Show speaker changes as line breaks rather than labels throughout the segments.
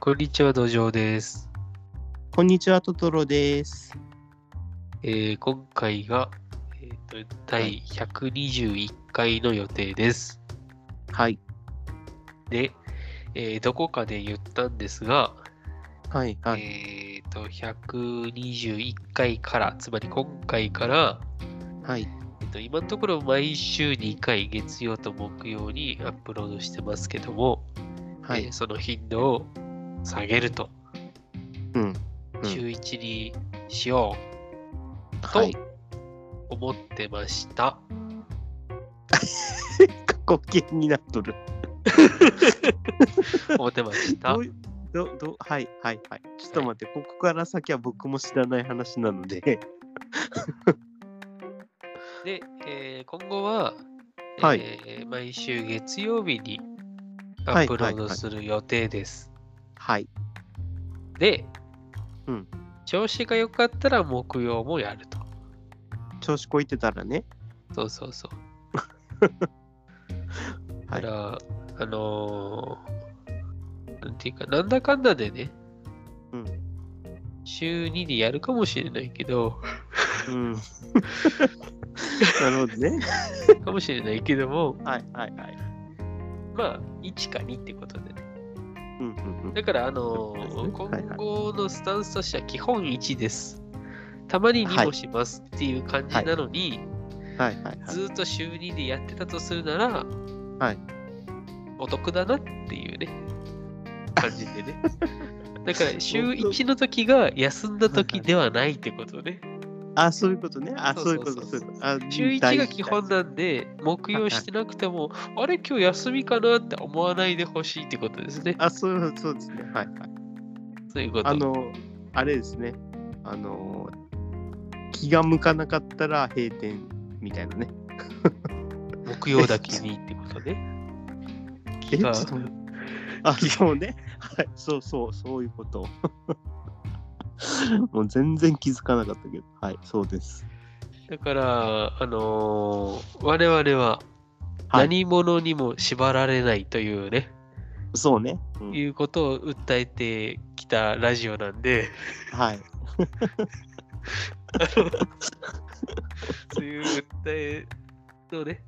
こんにちは、土壌です。
こんにちは、トトロです。
えー今回が、えーと第121回の予定です。
はい。
で、えーどこかで言ったんですが、
はい、はい。
えーと121回から、つまり今回から、
はい。
えーと今のところ毎週2回、月曜と木曜にアップロードしてますけども、
は
えー
い。
その頻度を下げると、
うん。うん
週1にしようと
はい。
思ってました。
過去形になっとる。
思ってました
どう。いうど、ど、はい、はい、はい。ちょっと待って、ここから先は僕も知らない話なの で。
で、えー今後は、
はい
えー毎週月曜日にア
はい
ップロー
はい
ド
はい
する予定です。
はい。
で、
うん
調子が良かったら木曜もやると。
調子こいてたらね。
そうそうそう。
は
だ
い
か。ら、あのーなんていうか、なんだかんだでね、
うん。
週2でやるかもしれないけど、
うん。なるほどね。
かもしれないけども、
はい、はい、はい。
まあ、1か2ってことでね。
うん、うん、
だから、あの
そうですね
ー
はいは
今
い
後のスタンスとしては基本1です。たまに2もしますっていう感じなのに、
うん。はい、はい、はい。
ずーっと週2でやってたとするなら、
はい
お得だなっていう ね、感じでね。だから、週1の時が休んだ時ではないってことね。
あ、そういうことね。あ、
そうそうう
そいうこと、
そ
そうういうこと。あ
週1が基本。なんで、木曜してなくても、あれ、今日休みかなって思わないでほしいってことですね。
大事大事あ、そう、そうですね。はい、はい。
そういうこと。
あの、あれですね。あの、気が向かなかったら閉店みたいなね。
木曜だけにってことね。
え、
気
ちょ
が
っと待って。あ、そうね。はい、そうそう、そういうこと。 もう全然気づかなかったけど、はい、そうです。
だから、あのー我々は
はい
何者にも縛られないというね、
そうね。うん
い、うことを訴えてきたラジオなん で、
はい。
そういう訴えのね、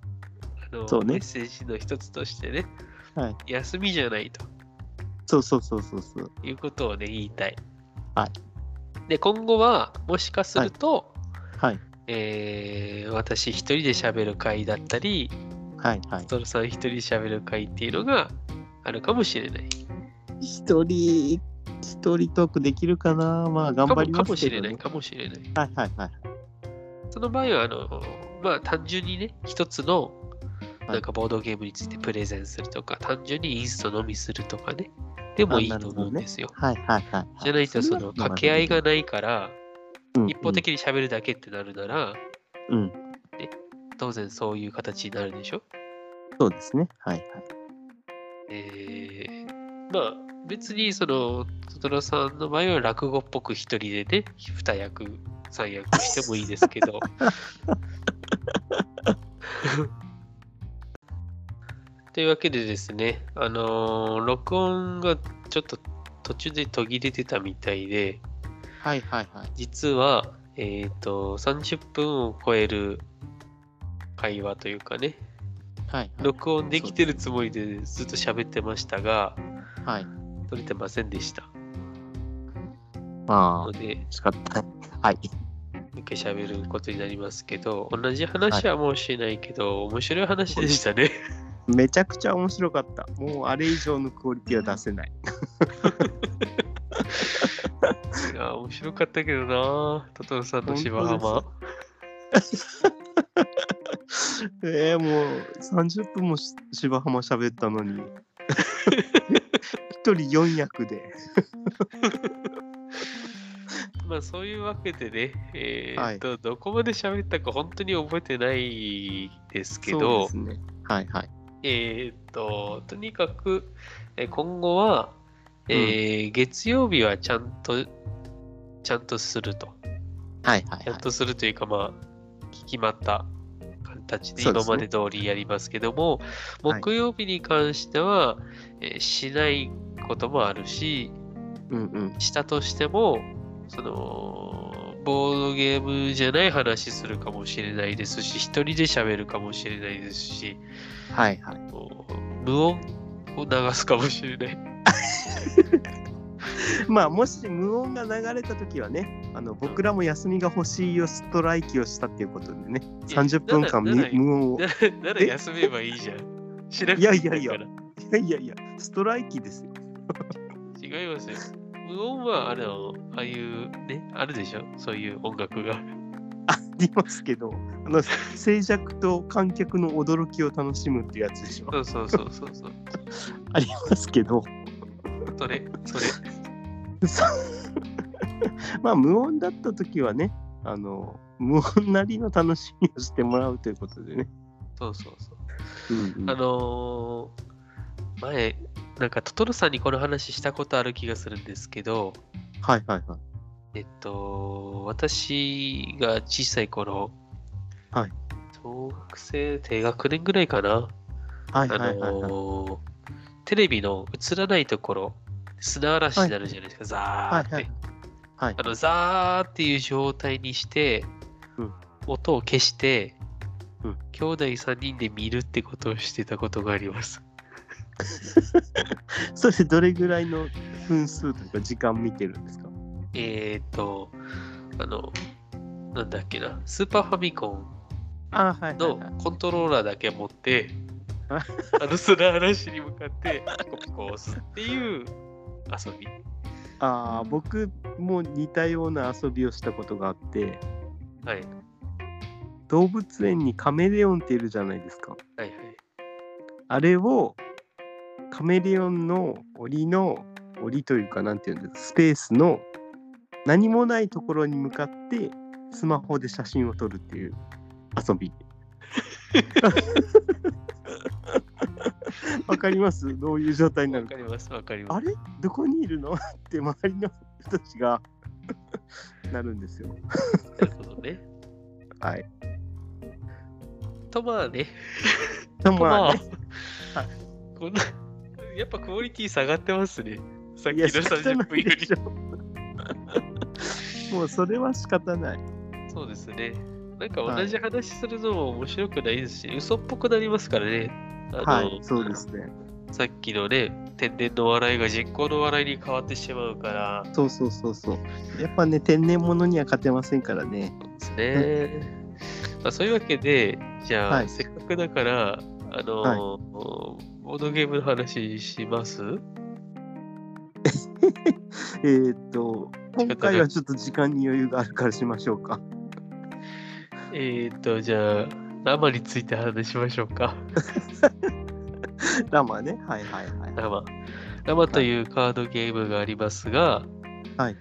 あの
そうね
メッセージの一つとしてね、
はい
休みじゃないと
そうそうそうそうそう。
いうことをね、言いたい。
はい
で、今後は、もしかすると、
はい。
えー私一人で喋る回だったり、
はいはい。
トルさん一人で喋る会っていうのがあるかもしれない。
一人、一人トークできるかなまあ頑張り
かも
ま
かも
す
しれ
けど、
ない、
ね。
かもしれない。
はいはいはい。
その場合は、あの、まあ単純にね、一つの
はい
なんかボードゲームについてプレゼンするとか、単純にインストのみするとかね、でもいい
あな
と
るほどね
思うんですよ。
はいはいはい。
じゃないと、その掛け合いがないから、
うん
一方的に喋るだけってなるなら、
うん。うん。
当然そういう形になるでしょ。
そうですね。はいはい。
えー、まあ別にそのトトロさんの場合は落語っぽく一人でね二役三役してもいいですけどというわけでですねあのー録音がちょっと途中で途切れてたみたいで
はいはいはい。
実はえっ、と30分を超える会話というかね
はい、はい。
録音できてるつもりでずっと喋ってましたが、
はい。
取れてませんでした
ま
の
あ、
で、
仕方ない。はい。
もう一回喋ることになりますけど、同じ話はもうしないけど、面白い話でしたね。
めちゃくちゃ面白かった。もうあれ以上のクオリティは出せない。
いや、面白かったけどな、トトロさんと芝浜
本。 えー、もう30分もし芝浜喋ったのに。一人四役で。
まあ、そういうわけでね、え
は
ー、
い
と、どこまで喋ったか本当に覚えてないですけ
そう
ど
で、すね。はいはい。
えっと、とにかく、えー今後は、えー月曜日はちゃんと、ちゃんとすると。
はいはい、
や
は
っとするというか、まあ、決まった形で
そうで
今
すね
まで通りやりますけども、
はい
木曜日に関しては、えーしないこともあるし、
うんうん。
したとしてもそのボードゲームじゃない話するかもしれないですし一人で喋るかもしれないですし
はいはい。
こう無音を流すかもしれない
まあもし無音が流れた時はね、あの僕らも休みが欲しいよストライキをしたっていうことでね、
いや
30分間
なら
無
なら
無音を。い
ならなら休めばいいじゃんしなくていいんだから
いやいやいやいやいや、ストライキですよ。
違いますよ無音はあのああいうねあるでしょそういう音楽が
ありますけど、あの静寂と観客の驚きを楽しむってやつでしょ。
そうそうそうそうそう
ありますけど、
それそれ
まあ無音だった時はね、あの無音なりの楽しみをしてもらうということでね。
そうそうそう
うん
あのー前、なんかトトロさんにこの話したことある気がするんですけど、
はいはいはい。
えっと、私が小さい頃、
はい
小学生、低学年ぐらいかな、
はい
あ
はいはい、はい。
のーテレビの映らないところ、砂嵐になるじゃないですか、ザーって、
はいはいはい
あの、ザーっていう状態にして、
うん
音を消して、
うん
兄弟3人で見るってことをしてたことがあります。
それどれぐらいの分数というか時間見てるんですか
えー、と、あの、なんだっけな、スーパーファミコン
あはいはい、
の
はい。
コントローラーだけ持って、
あ
あの砂嵐に向かってピコピコ押すっていう遊び。
ああ僕も似たような遊びをしたことがあって
はい。
動物園にカメレオンっているじゃないですか。
はいはい。
あれをカメレオンの檻の檻というかなんていうんですかスペースの何もないところに向かってスマホで写真を撮るっていう遊 び。わかりますどういう状態にな
わ
る
か
か。
ります、わかりま
あ
す。
れどこにいるのって周りの人たちがなるんですよ。
なるほどね。
はい。
とまあね。
と
とま
ま
あ
あ、ね、
こんな、やっぱクオリティ下がってますね。さっき
い
の
や仕方な
30分
い
よ
で
り
し。ょ。もうそれは仕方ない。
そうですね。なんか同じ話するのも面白くないですし、嘘っぽくなりますからね。あ
は
の
い、そうですね。
さっきのね、天然の笑いが人工の笑いに変わってしまうから、
そうそうそうそう。やっぱね、天然物には勝てませんからね。
そうですね。まあ、そういうわけで、じゃあ、
はい
せっかくだから、あのーボードゲームの話します
えーっと、今回はちょっと時間に余裕があるからしましょうか。
えっ、と、じゃあ、生について話しましょうか。
ラマね。はいはいはい。
生。生というカードゲームがありますが、
はい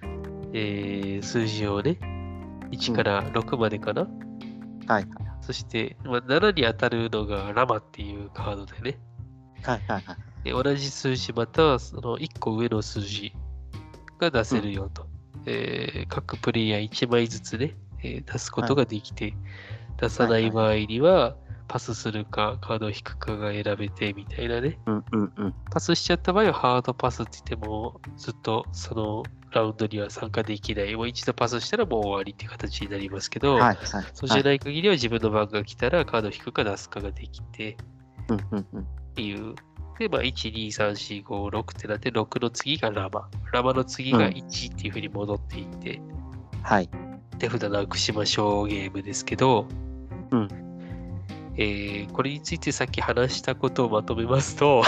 えー数字をね、1から6までかな、
はい
そして、まあ、7に当たるのがラマっていうカードでね。
はいはいはい。
で同じ数字またはその1個上の数字が出せるよと、えー各プレイヤー1枚ずつね、えー出すことができて、出さない場合にはパスするかカードを引くかが選べてみたいなね
うんうんうん。
パスしちゃった場合はハードパスって言ってもずっとそのラウンドには参加できないもう一度パスしたらもう終わりっていう形になりますけど、
はいはい。
そうじゃない限りは自分の番が来たらカードを引くか出すかができて、
うんうんうん。
っていう。で、まあ、1、2、3、4、5、6ってなって、6の次がラマ。ラマの次が
うん
1っていうふうに戻っていって、
はい。
手札なくしましょうゲームですけど、
うん
えーこれについてさっき話したことをまとめますと、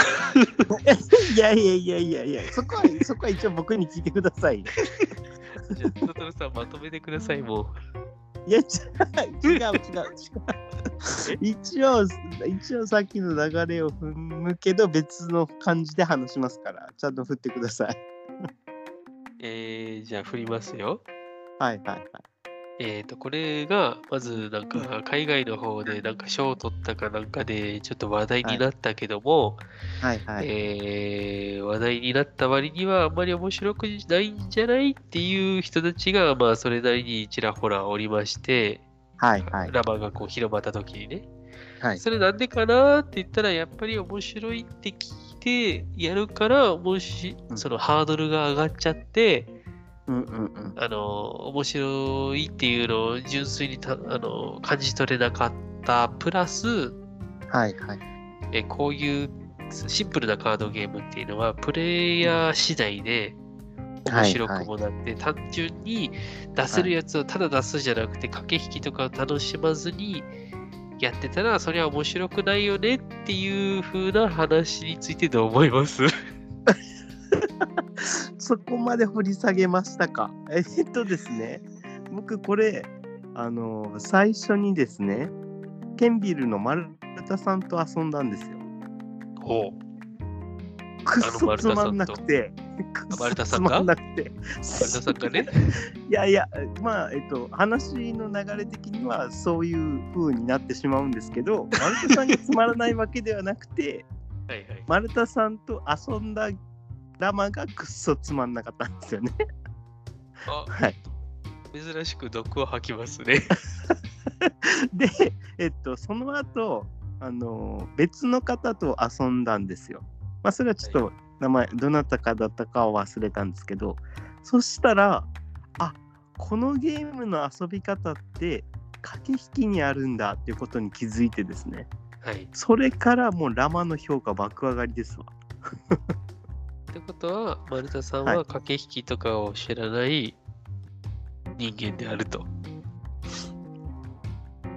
いやいやいやいやいや、そこは、そこは一応僕に聞いてくださ い。
じゃあ、トトロさんまとめてください、もう。
いや、違う、違う、違う。一応、一応さっきの流れを踏むけど、別の感じで話しますから、ちゃんと振ってください。
えーじゃあ、振りますよ。
はいはいはい。
えっ、と、これが、まず、なんか、海外の方で、なんか、賞を取ったかなんかで、ちょっと話題になったけども、
はいはい。
えー話題になった割にはあんまり面白くないんじゃないっていう人たちが、まあ、それなりにちらほらおりまして、
はいはい。
ラマがこう広まった時にね、
はい
それなんでかなって言ったらやっぱり面白いって聞てやるから、もし
う、ん
そのハードルが上がっちゃって、
うんうんうん。
あの、面白いっていうのを純粋にたあの感じ取れなかった、プラス、
はいはい。
えこういうシンプルなカードゲームっていうのはプレイヤー次第で面白くもなって、単純に出せるやつをただ出すじゃなくて、駆け引きとかを楽しまずにやってたらそれは面白くないよねっていう風な話についてどう思います
そこまで掘り下げましたか。 えっとですね、僕これ、あの、最初にですね、ケンビルの丸田さんと遊んだんですよ。
ほ
くっ
あの
そ
丸
つ
田さんと
まんなくて、く
丸
っ
田
そ
さ
つ
んが
まんなくて。
う神田さんがね
いやいや、まあ、えっと、話の流れ的にはそういう風になってしまうんですけど、丸田さんがつまらないわけではなくて、
はいはい
丸田さんと遊んだラマがくっそつまんなかったんですよね。
あ
はい。
珍しく毒を吐きますね
で、えっと、その後、あの、別の方と遊んだんですよ。まあ、それはちょっと名前、どなたかだったかは忘れたんですけど、そしたら、あこのゲームの遊び方って、駆け引きにあるんだっていうことに気づいてですね。
はい
それからもうラマの評価爆上がりですわ。
ってことは丸田さん
は
はい駆け引きとかを知らない人間であると、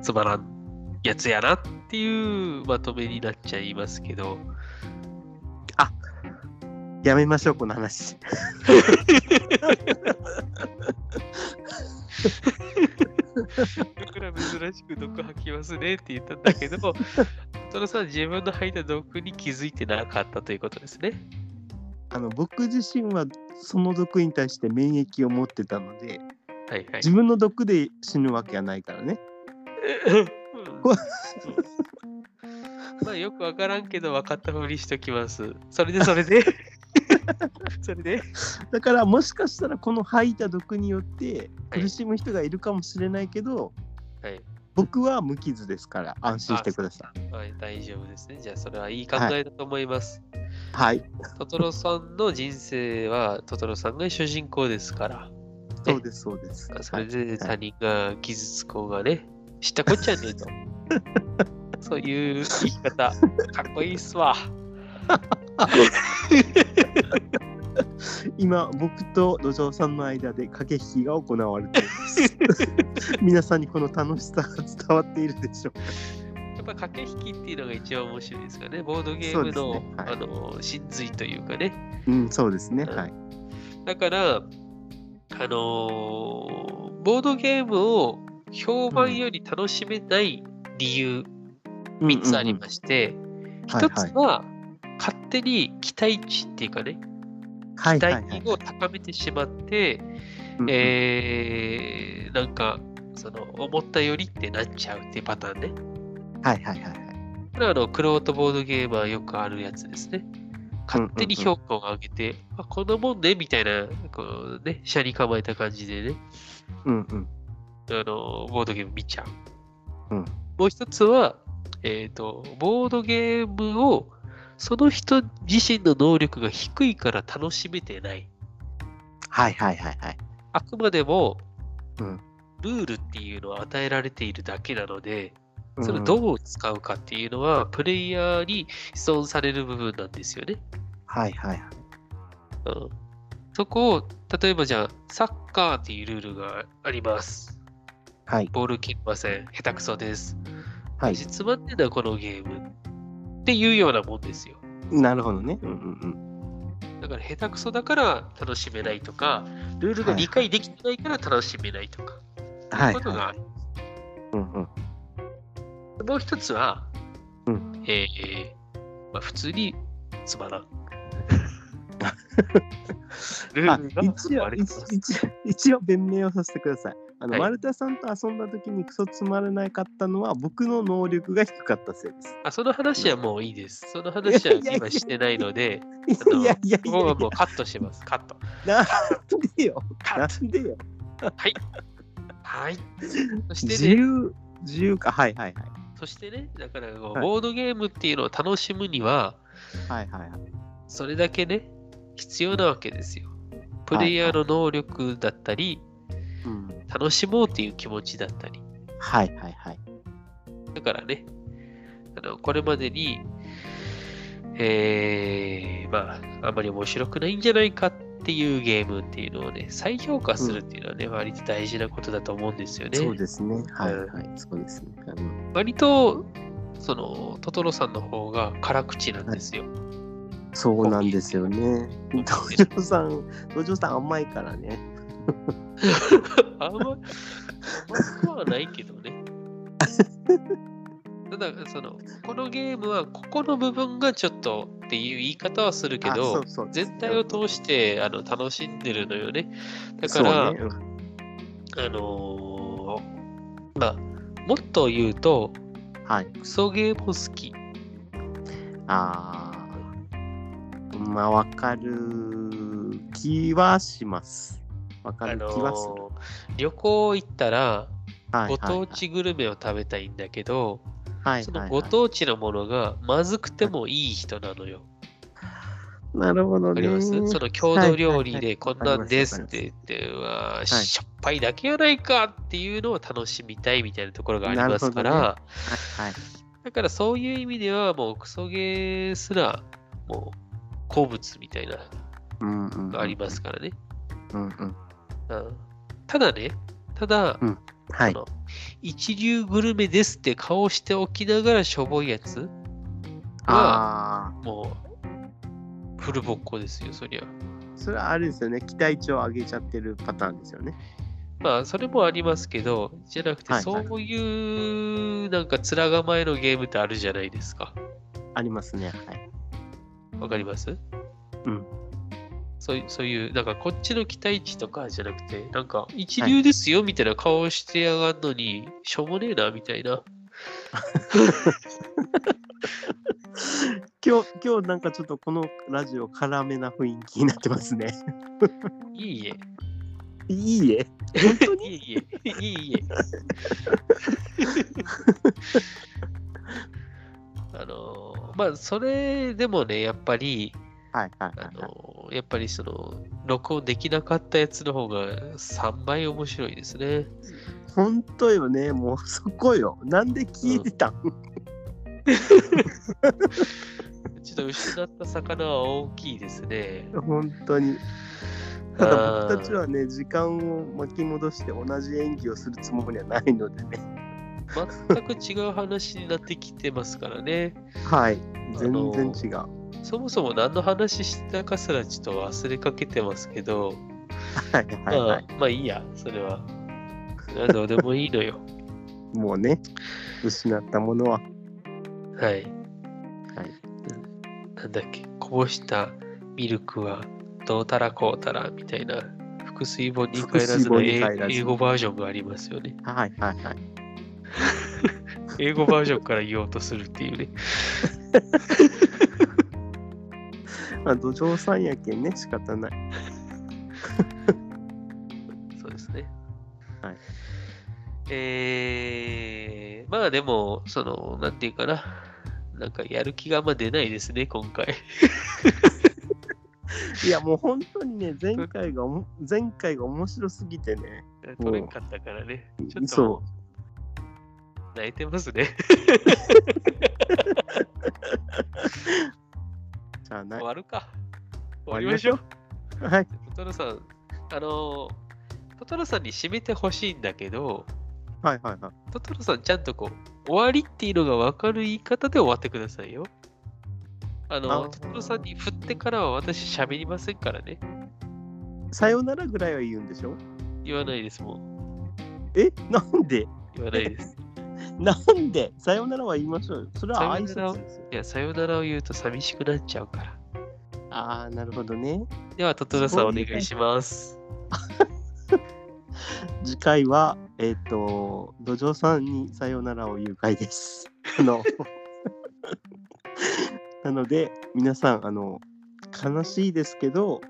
つまらんやつやなっていうまとめになっちゃいますけど
やめましょう、この話。
僕ら珍しく毒吐きますねって言ったんだ けどそのさん自分の吐いた毒に気づいてなかったということですね
あの僕自身はその毒に対して免疫を持ってたので、
はいはい
自分の毒で死ぬわけはないからね。
うんまあよくわからんけど分かったふりしときますそれでそれでそれで
だからもしかしたらこの吐いた毒によって
はい
苦しむ人がいるかもしれないけど、
はい
僕は無傷ですから安心してください。
はい、大丈夫ですね。じゃあ、それはいい考えだと思います。
はい、
トトロさんの人生は、トトロさんが主人公ですから、
そうです、そうです。
それ
はい
で他人が傷つこうがね、知ったこっちゃね えと。そういう言い方、かっこいいっすわ。
今、僕と土壌さんの間で駆け引きが行われてい ます。皆さんにこの楽しさが伝わっているでしょうか
やっぱ駆け引きっていうのが一番面白いですかね。ボードゲーム
そ
の,、
うですねはい
あの真髄というかね。
うん、そうですね。
うん
はい。
だから、あのーボードゲームを評判より楽しめない理由、3つありまして、
は
一
い
1つは勝手に期待値っていうかね、
はい
期
はいは
待
い
値を高めてしまって、
うんうん
えーなんか、その思ったよりってなっちゃうっていうパターンね。
はいはいはいはい。
これはあの、クロートボードゲーマーよくあるやつですね。勝手に評価を上げて、あこんなもんねみたいな、こうね、車に構えた感じでね、
うんうん。
あのボードゲーム見ちゃう。
うん
もう一つは、えーと、ボードゲームをその人自身の能力が低いから楽しめてない。
はいはいはいはい。
あくまでも、
うん
ルールっていうのは与えられているだけなので、それを
うん
どう使うかっていうのは、プレイヤーに依存される部分なんですよね。
はいはいはい。
うん、そこを、例えばじゃあ、サッカーっていうルールがあります。
はい
ボール蹴りません。下手くそです。
はい。
実はってのはこのゲームっていうようなもんですよ。
なるほどね。うんうん
だから下手くそだから楽しめないとか、ルールが理解できてないから楽しめないとか、
うん。はいいう
ことがあ
は
る。
い。うんうん。
もう一つは、
う
えーまあ、普通につまら ん。ル
あ
ールが
一応
悪い
一応一応一応弁明をさせてください。あの、
はい
丸田さんと遊んだ時にクソつまらなかったのは僕の能力が低かったせいです。
あその話はもういいです。その話はい
や いやいや
今してないので、の
いやいやい
こ
や
こはいもうカットします。カッ ト。
や。なんでよ。
カ
な
ット。
んでよ。
はい。そしてね
自由自由か。はいはいはい。
そしてね、だからこう
はい
ボードゲームっていうのを楽しむには、
はいはいはい。
それだけね、必要なわけですよ。プレイヤーの能力だったり、
うん。
楽しもうっていう気持ちだったり。
はいはいはい。
だからね、あのこれまでに、えー、まあ、あんまり面白くないんじゃないかっていうゲームっていうのをね、再評価するっていうのはね、割と大事なことだと思うんですよね。
そうですね。はい
うん
はい。そうですね。うん
割と、その、トトロさんの方が辛口なんですよ。
そうなんですよね。土壌さん、土壌さん甘いからね。
あんま、甘くはないけ どね。ただ、その、このゲームは、ここの部分がちょっとっていう言い方はするけ
あ
ど、
そうそう
全体を通してあの楽しんでるのよね。だ
そ
か
う
ら、
ねうん
あのーまあ、もっと言うと、
はい。
クソゲーも好き。
ああ。まあ、わかる気はします。わか
あ
る
の
気はする。
ー旅行行ったら、
はい
ご
はい
当地グルメを食べたいんだけど、
はい
そ
はいは
のご
い
当地のものがまずくてもいい人なのよ。
なるほど
わか
ね
り。ますその郷土料理
はいはいはい
でこんなんですって言って、うわーしょっぱいだけやないかっていうのを楽しみたいみたいなところがありますか
なる
ら、
ほはいはい
だからそういう意味ではもうクソゲーすらもう好物みたいな
うんうんうん
のあります。からね。
うんうん。
うんただね、ただ、
うんはい
そ。の一流グルメですって顔しておきながらしょぼいやつ、
ああ。
もうフルボッコですよ、そりゃ。
それはあれですよね。期待値を上げちゃってるパターンですよね。
まあ、それもありますけど、じゃなくて、
はい
そういうなんか面構えのゲームってあるじゃないですか。
ありますね。はい。
わかります
うん。
そういそういう、なんかこっちの期待値とかじゃなくて、なんか一流ですよみたいな顔してやがんのに、しょうもねえなみたいな。
今日、今日なんかちょっとこのラジオ辛めな雰囲気になってま すね。
いいえ。
いいえ。
いいえ。いいえ。 あのーまあそれでもねやっぱり
はいはいは
あ
いはい。
のやっぱりその録音できなかったやつの方が3倍面白いですね。
本当よね。もうそこよ。なんで消えてたん、
ちょっと失った魚は大きいです ね。
本当に。ただ
あー
僕たちはね、時間を巻き戻して同じ演技をするつもりはないのでね。
全く違う話になってきてますからね。
はい。
あの
全然違う。
そもそも何の話してたかすらちょっと忘れかけてますけど、
はいはいはい。
まあまあいいや、それは。それはどうでもいいのよ。
もうね、失ったものは。
はい。
はい、
なんだっけ、こぼしたミルクはどうたらこうたらみたいな、腹水本に帰らずの
腹水
英
本に帰らず
英語バージョンがありますよ ね。
はいはいはい。
英語バージョンから言おうとするっていうね。
まあ、土壌さんやけんね、仕方ない。
そうですね。
はい。
えー、まあでも、その、なんていうかな。なんかやる気があんま出ないですね、今回。
いや、もう本当にね、前回がおも、前回が面白すぎてね。
取れんかったからね。ちょっと
そ
もう泣いてますね。
う。じゃあな い
終。わるか。終わりましょう。
はい。
トトロさん、あのー、トトロさんに締めてほしいんだけど、
はいはいはい。
トトロさん、ちゃんとこう、終わりっていうのが分かる言い方で終わってくださいよ。あの
あー
トトロさんに振ってからは私喋りませんからね。
さよならぐらいは言うんでしょ
言わないですもん。
えなんで
言わない です。
なんでさよならは言いましょうよ。それは挨
さよなら
拶ですよ。
いや、さよならを言うと寂しくなっちゃうから。
ああ、なるほどね。
では、トトロさん
そ
お
ういう
願いします。
次回は、えっ、と、土壌さんにさよならを誘拐です。 あの、なので、皆さん、あの、悲しいですけど、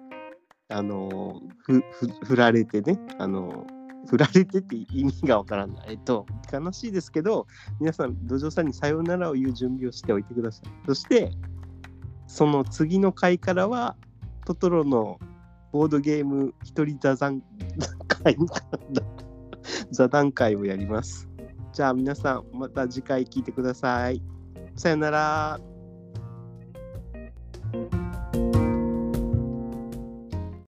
あの、ふ、ふ、振られてね、あの、振られてって意味がわからない。えっと、悲しいですけど、皆さん、土壌さんにさよならを言う準備をしておいてください。そして、その次の回からはトトロのボードゲーム一人座談会座談会をやります。じゃあ皆さんまた次回聞いてください。さよなら。